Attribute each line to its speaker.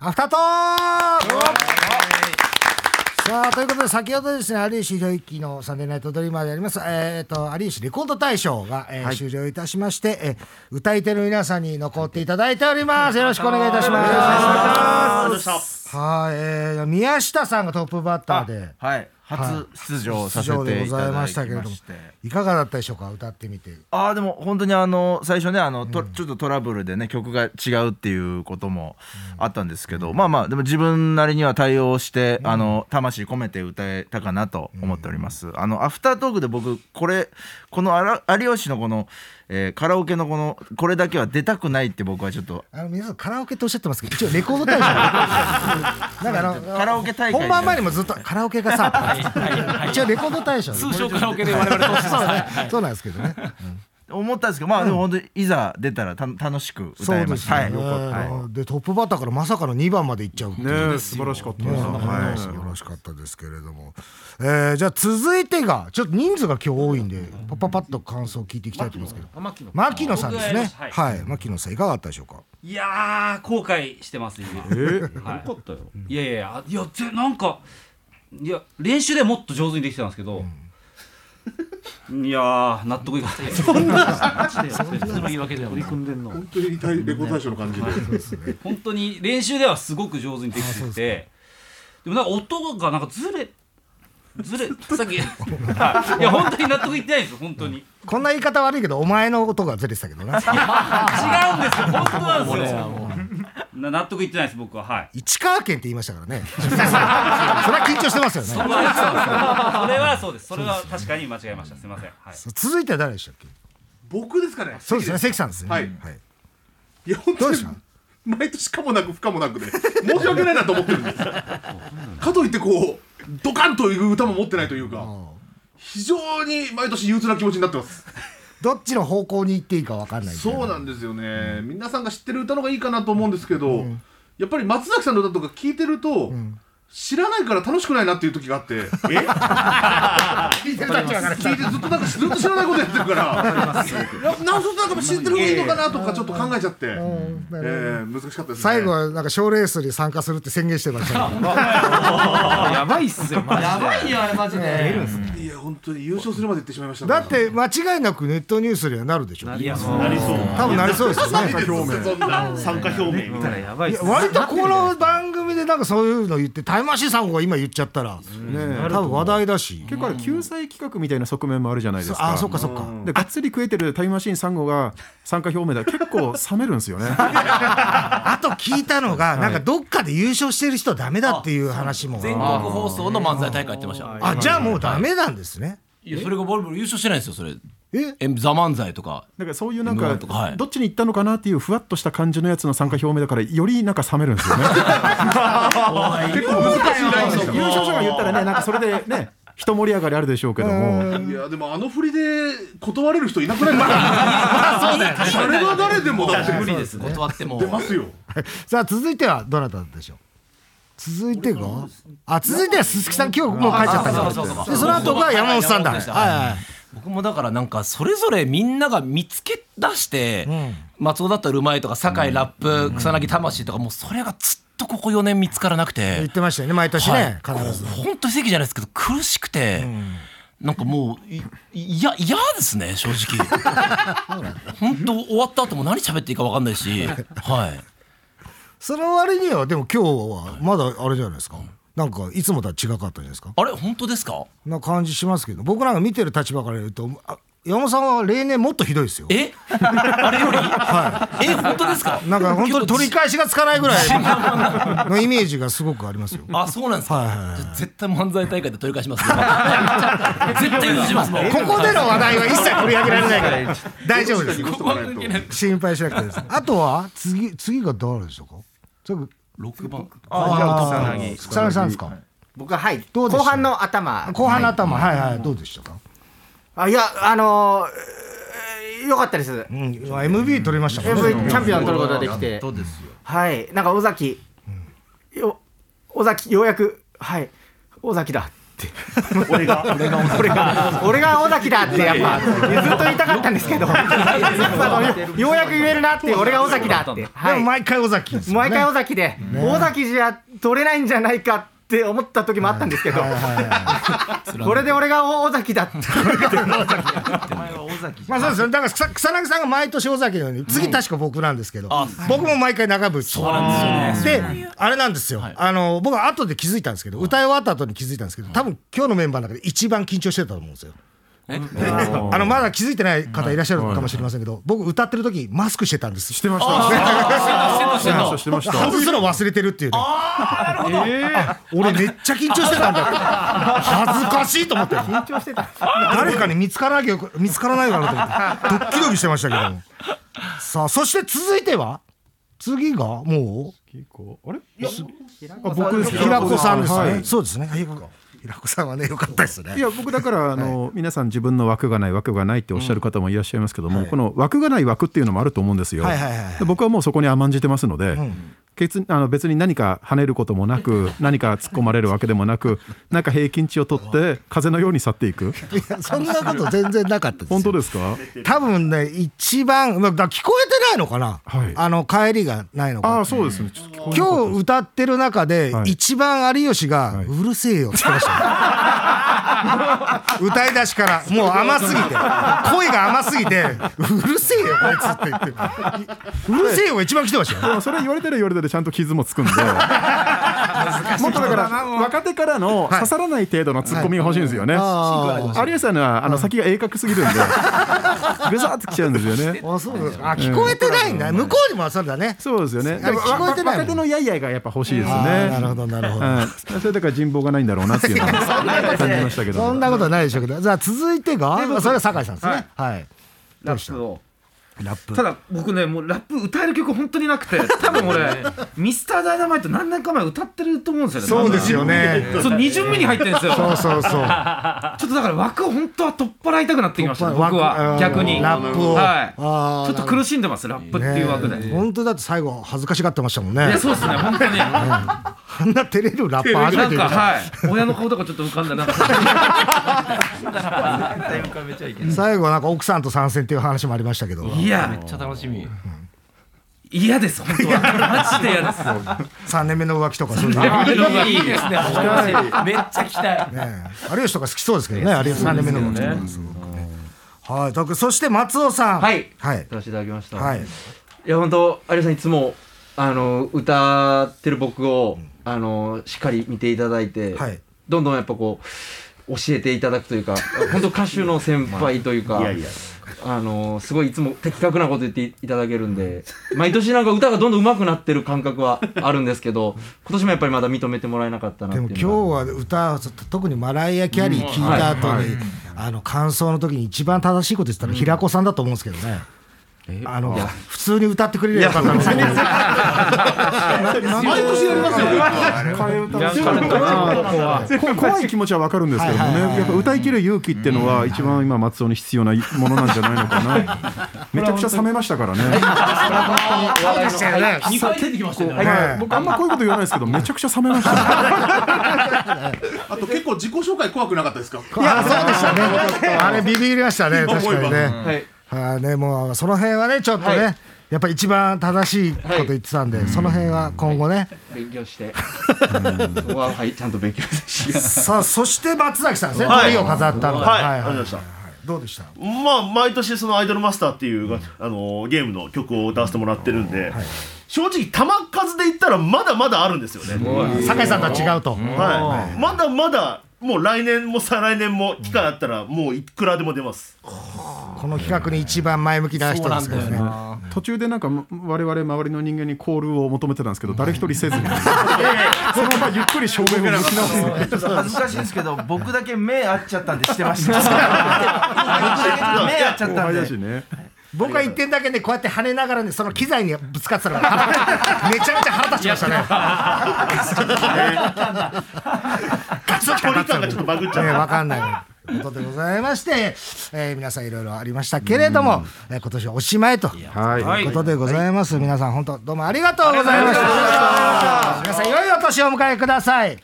Speaker 1: アフタートークさあということで先ほどですね有吉弘行の「サンデーナイトドリーマー」であります、えー、と有吉レコード大賞が、えー終了いたしまして、えー歌い手の皆さんに残っていただいておりますよろしくお願いいたしますはい、えー、宮下さんがトップバッターで
Speaker 2: はい初出場させていただ
Speaker 1: で
Speaker 2: き
Speaker 1: ございま
Speaker 2: ま
Speaker 1: し
Speaker 2: した
Speaker 1: たけれどもいかがだったでしょうか歌ってみて
Speaker 2: ああでも本当にあの最初ねあのと、ちょっとトラブルでね曲が違うっていうこともあったんですけど、まあまあでも自分なりには対応して、あの魂込めて歌えたかなと思っております、あのアフタートークで僕これこのあら有吉のこの、えーカラオケのこのこれだけは出たくないって僕はちょっと
Speaker 1: あの皆さんカラオケとおっしゃってますけど一応レコード大賞なんかあの
Speaker 2: カラオケ大会
Speaker 1: 本番前にもずっとカラオケがさ一応レコード大賞
Speaker 3: 通称カラオケで我々としてますはいはい
Speaker 1: そうなんですけどね
Speaker 2: 思ったんですけどまあでも本当にいざ出たらた楽しく
Speaker 1: そ
Speaker 2: 歌
Speaker 1: う
Speaker 2: え
Speaker 1: で
Speaker 2: まし
Speaker 1: す
Speaker 2: た、
Speaker 1: ね
Speaker 2: はいよかったはい
Speaker 1: でトップバッターからまさかの2番までいっちゃうっていう
Speaker 4: ねえ素晴らしかったです
Speaker 1: はい、素晴らしかったですけれども、えー、じゃあ続いてがちょっと人数が今日多いんでパパパッと感想を聞いていきたいと思いますけど
Speaker 3: 牧野
Speaker 1: 牧野さんですね
Speaker 3: 僕がやりましたはい
Speaker 1: はい牧野さんいかがだったでしょうか
Speaker 3: いやー後悔してます今はい
Speaker 5: かったよ
Speaker 3: いやいやいやいやぜなんかいや練習でもっと上手にできてたんですけど、いやー納得いかないです
Speaker 5: 普通の言い訳だよ取り組んでんの
Speaker 4: 本当に痛いレコード大賞の感じで
Speaker 3: 本当に練習ではすごく上手にできててでもなんか音がなんかずれずれさっきはいいや本当に納得いってないんですよ本当に違うん
Speaker 1: こんな言い方悪いけどお前の音がずれてたけどな
Speaker 3: ですよ本当なんですよな納得いってないです僕ははい
Speaker 1: 市川県って言いましたからねそれは緊張してますよ
Speaker 3: それ
Speaker 1: ね
Speaker 3: はそうですそれは確かに間違えましたすいませんはい
Speaker 1: 続いては誰でしたっけ
Speaker 4: 僕ですかね
Speaker 1: そうですね関さんですね
Speaker 4: はいいや本
Speaker 1: ど
Speaker 4: 当
Speaker 1: うで
Speaker 4: に
Speaker 1: した
Speaker 4: 毎年かもなく不可もなくで申し訳ないなと思ってるんですかといってこうドカンという歌も持ってないというか非常に毎年憂鬱な気持ちになってます
Speaker 1: どっちの方向に行っていいか分かんないみたい
Speaker 4: そうなんですよね、皆さんが知ってる歌の方がいいかなと思うんですけど、やっぱり松崎さんの歌とか聞いてると、知らないから楽しくないなっていう時があ って、
Speaker 1: 聞いてる立場から
Speaker 4: 聞いてずっとなんかずっと知らないことやってるから、なおさらなんか知ってる方がいいのかなとかちょっと考えちゃって、え
Speaker 1: なるほど
Speaker 4: ー難しかったですね。
Speaker 1: 最後はなんか賞ーレースに参加するって宣言してましたけど
Speaker 5: やばいっすよマジでやばいよあれマジで
Speaker 4: いや本当に優勝するまで行ってしまいましたね。
Speaker 1: だって間違いなくネットニュースにはなるでしょ
Speaker 5: いやそう
Speaker 6: なりそう
Speaker 1: 多分なりそ うですよね
Speaker 4: 参加表明そんな
Speaker 6: 参加表明みたいな
Speaker 5: やばい
Speaker 1: い
Speaker 5: っ
Speaker 1: や
Speaker 5: す
Speaker 1: 割とこの番組でなんかそういうの言ってタイムマシーンさんが今言っちゃったら多分話題だし
Speaker 6: 結構あれ救済企画みたいな側面もあるじゃないですか
Speaker 1: あそっかそっか
Speaker 6: でがっつり食えてるタイムマシーン3号が参加表明だ結構冷めるんですよね
Speaker 1: あと聞いたのがなんかどっかで優勝してる人はダメだっていう話も
Speaker 7: 全国放送の漫才大会やってました
Speaker 1: あじゃあもうダメなんですね
Speaker 7: いやそれがボルボル優勝してないんですよそれ
Speaker 1: え
Speaker 7: えザ漫才とか
Speaker 6: だからそういうなん
Speaker 7: な
Speaker 6: か
Speaker 7: んとかはい
Speaker 6: どっちに行ったのかなっていうふわっとした感じのやつの参加表明だからよりなんか冷めるんですよね
Speaker 4: 結構難しいラインでした
Speaker 6: 優勝者が言ったらねなんかそれでね一盛り上がりあるでしょうけども
Speaker 4: いやでもあの振りで断れる人いなくないですか そうだよそれは誰でもだって無理です
Speaker 7: 断っても
Speaker 4: 出ますよ
Speaker 1: さあ続いてはどなたでしょう続いてがあ続いては鈴木さん今日もう帰っちゃったけど
Speaker 7: あそうそうそうそう
Speaker 1: でその後が山本さん
Speaker 7: 山
Speaker 1: だは
Speaker 7: 本
Speaker 1: い
Speaker 7: さん
Speaker 1: は
Speaker 7: 僕もだからなんかそれぞれみんなが見つけ出して、松尾だったらうまいとか酒井ラップ草薙魂とかもうそれがずっとここ4年見つからなく、
Speaker 1: い言っててましたよね毎年
Speaker 7: はい
Speaker 1: ね、必ず
Speaker 7: 本当に席じゃないですけど苦しくて、なんかもういいや嫌ですね正 直本当終わった後も何喋っていいか分かんないしはい。
Speaker 1: その割にはでも今日はまだあれじゃないですかなんかいつもとは違かったじゃないですか
Speaker 7: あれ本当ですか
Speaker 1: な感じしますけど僕なんか見てる立場から言うとあ山本さんは例年もっとひどいですよ
Speaker 7: えあれより、え本当ですか
Speaker 1: なんか本当に取り
Speaker 7: 結構
Speaker 1: 返しがつかないぐらい のイメージがすごくありますよ
Speaker 7: あそうなんですか、
Speaker 1: はいはいはい
Speaker 7: じゃあ絶対漫才大会で取り返します、絶対許しますもう
Speaker 1: ここでの話題は一切取り上げられないから大丈夫です
Speaker 4: ここは抜けない
Speaker 1: 心配しなくていいです あとは次次が誰でしたかちょっと
Speaker 7: 6番
Speaker 1: あー草薙さんですか
Speaker 8: 僕ははい
Speaker 1: どうでし
Speaker 8: 後
Speaker 1: た
Speaker 8: 半の頭
Speaker 1: 後半の頭はいはいどうでしたか
Speaker 8: あいやあのー、よかったです、
Speaker 1: うん MB 取りましたもんね
Speaker 8: MV チャンピオン取ることができてはいなんか尾崎よ尾崎ようやくはい尾崎だ
Speaker 9: って俺が俺が俺が
Speaker 8: 俺が尾崎だってやっぱずっと言いたかったんですけどようやく言えるなって俺が尾崎だって、は
Speaker 1: でも
Speaker 8: い、
Speaker 1: 毎回尾崎ですよ
Speaker 8: 毎
Speaker 1: ね
Speaker 8: 回尾崎で、尾崎じゃ取れないんじゃないかって思った時もあったんですけど、これで俺が尾崎だって
Speaker 1: まあそうですよねだから草草薙さんが毎年尾崎のように次確か僕なんですけど、僕も毎回長渕そうなんですよねであれなんですよ、あの僕は後で気づいたんですけど歌い終わった後に気づいたんですけど多分今日のメンバーの中で一番緊張してたと思うんですよ あのまだ気づいてない方いらっしゃるかもしれませんけど、僕歌ってる時マスクしてたんです
Speaker 6: してましたしてましたしてました
Speaker 1: 外すの忘れてるっていうねあ俺めっちゃ緊張してたんだって恥ずかしいと思って
Speaker 8: 緊張してた
Speaker 1: 誰かに見つからなきゃ見つからないかなと思ってドッキドキしてましたけどもさあそして続いては次がも
Speaker 6: 結構あれあ僕です
Speaker 1: う
Speaker 6: か
Speaker 1: 平子さんですね、
Speaker 6: はい
Speaker 1: そうですね平子平子さんはねよかったですね
Speaker 6: いや僕だからあの、皆さん自分の枠がない枠がないっておっしゃる方もいらっしゃいますけども、この枠がない枠っていうのもあると思うんですよ。
Speaker 1: はいはいはいはい
Speaker 6: で僕はもうそこに甘んじてますので、別にあの別に何か跳ねることもなく何か突っ込まれるわけでもなくなんか平均値を取って風のように去っていく
Speaker 1: いやそんなこと全然なかったです
Speaker 6: 本当ですか
Speaker 1: 多分ね一番まあだから聞こえてないのかな、
Speaker 6: はい
Speaker 1: あの帰りがないのか
Speaker 6: あ
Speaker 1: な
Speaker 6: あそうですねちょっと聞こえなかった
Speaker 1: 今日歌ってる中で、
Speaker 6: はい
Speaker 1: 一番有吉が、
Speaker 6: いう
Speaker 1: るせえよって言ってました、歌い出しからもう甘すぎて声が甘すぎてうるせえよこいつって言ってうるせえよが一番来てましたよ
Speaker 6: でもそれ言われてる言われてるちゃんと傷もつく んでもっとだから若手からの刺さらない程度のツッコミが欲しいんですよね、
Speaker 1: あ
Speaker 6: 有吉さんのはあの先が鋭角すぎるんで ぐざーってきちゃうんですよね
Speaker 1: あそうですあ聞こえてないんだ、向こうにもそうだね
Speaker 6: そうですよね。
Speaker 1: あれ聞こえて
Speaker 6: わ
Speaker 1: ないもん
Speaker 6: 若手のやいやいがやっぱ欲しいですね。
Speaker 1: あーなるほどなるほど、
Speaker 6: うんそれだから人望がないんだろうなっていう のを感じましたけど。
Speaker 1: そんなことないでしょうけどじゃあ続いてが、まあそれは酒井さんですねはい、
Speaker 5: ラップをただ僕ねもうラップ歌える曲本当になくて 多分俺「ミスターダイナマイト何年か前歌ってると思うんですよね
Speaker 1: そうですよね
Speaker 5: 多分そう2巡目に入ってるんですよちょ
Speaker 1: そうそうそ
Speaker 5: っ
Speaker 1: う
Speaker 5: とだから枠を本当は取っ払いたくなってきましたね
Speaker 1: わ
Speaker 5: 僕は
Speaker 1: うん
Speaker 5: 逆に
Speaker 1: ラップを、
Speaker 5: はい
Speaker 1: あ
Speaker 5: ちょっと苦しんでますラップっていう枠で、
Speaker 1: ねえ本当だって最後恥ずかしがってましたもんね
Speaker 5: いやそうですね本当にな
Speaker 1: あんな照れるラッパー初めて
Speaker 5: ん
Speaker 1: 見た
Speaker 5: か はい親の顔とかちょっと浮かんだなは
Speaker 1: 最後なんか奥さんと参戦っていう話もありましたけど
Speaker 5: いいや
Speaker 7: めっちゃ楽しみ
Speaker 5: 嫌です本当はマジで嫌です
Speaker 1: 3年目の浮気とかそういうね
Speaker 7: いいですねめっちゃ期待
Speaker 1: 有吉とか好きそうですけどね有吉3年目の浮気とかすごくねはいとそして松尾さん
Speaker 9: はい
Speaker 1: はい
Speaker 9: させていただきました、、
Speaker 1: はいい
Speaker 9: や本当有吉さんいつもあの歌ってる僕を、あのしっかり見ていただいて、
Speaker 1: はい
Speaker 9: どんどんやっぱこう教えていただくというか本当歌手の先輩というか、
Speaker 4: いやいや
Speaker 9: あのすごいいつも的確なこと言っていただけるんで毎年なんか歌がどんどん上手くなってる感覚はあるんですけど今年もやっぱりまだ認めてもらえなかったなっ
Speaker 1: で
Speaker 9: ていう
Speaker 1: も
Speaker 9: のが
Speaker 1: 今日は歌特にマライア・キャリー聞いた後にあの感想の時に一番正しいこと言ってたの平子さんだと思うんですけどねあの普通に歌ってくれればよかったのに
Speaker 4: 毎年やりますよ僕は
Speaker 6: 替え歌をしてるのかなこ怖い気持ちはわかるんですけどもね。やっぱ歌い切る勇気ってのは一番今松尾に必要なものなんじゃないのかな。めちゃくちゃ冷めましたからね。
Speaker 7: 2回出てきましたね
Speaker 1: はい
Speaker 6: 僕あんまこういうこと言わないですけどめちゃくちゃ冷めました。
Speaker 4: あと結構自己紹介怖くなかったですか
Speaker 1: いやそうでしたねあれビビりましたね
Speaker 4: 今
Speaker 1: 確
Speaker 4: 思
Speaker 1: か
Speaker 4: えば
Speaker 1: にね
Speaker 9: はい
Speaker 1: はいね、もうその辺はねちょっとね、
Speaker 9: はい
Speaker 1: やっぱ一番正しいこと言ってたんで、その辺は今後ね、
Speaker 9: 勉強してそこははいちゃんと勉強して
Speaker 1: さあそして松崎さんですね、
Speaker 10: はい
Speaker 1: トリを飾ったのが、
Speaker 10: はいありがとうございま
Speaker 1: どうでした
Speaker 10: まあ毎年その「アイドルマスター」っていうが、あのゲームの曲を歌わせてもらってるんで、正直球数で言ったらまだまだあるんですよね、
Speaker 1: 酒井さんとは違うと、
Speaker 10: はい、まだまだもう来年も再来年も機会あったらもういくらでも出ます
Speaker 1: この企画に一番前向きな人ですからね
Speaker 6: 途中でなんか我々周りの人間にコールを求めてたんですけど誰一人せずに。そのままゆっくり照明を向き直す。
Speaker 2: ちょっと恥ずかしいんですけど僕だけ目合っちゃったんでしてました僕だけ目合っちゃったん
Speaker 6: 後輩だ
Speaker 2: で
Speaker 6: しね。
Speaker 1: 僕は一点だけでこうやって跳ねながらねその機材にぶつかってたのがめちゃめちゃ腹立ちましたねガツッ
Speaker 10: 距離感がちょっとバグっちゃった
Speaker 1: ねわかんないということでございまして、えー皆さんいろいろありましたけれども、えー今年はおしまいと
Speaker 6: はい。
Speaker 1: ということでございます、皆さん本当どうもありがとうございました皆さん良いお年をお迎えください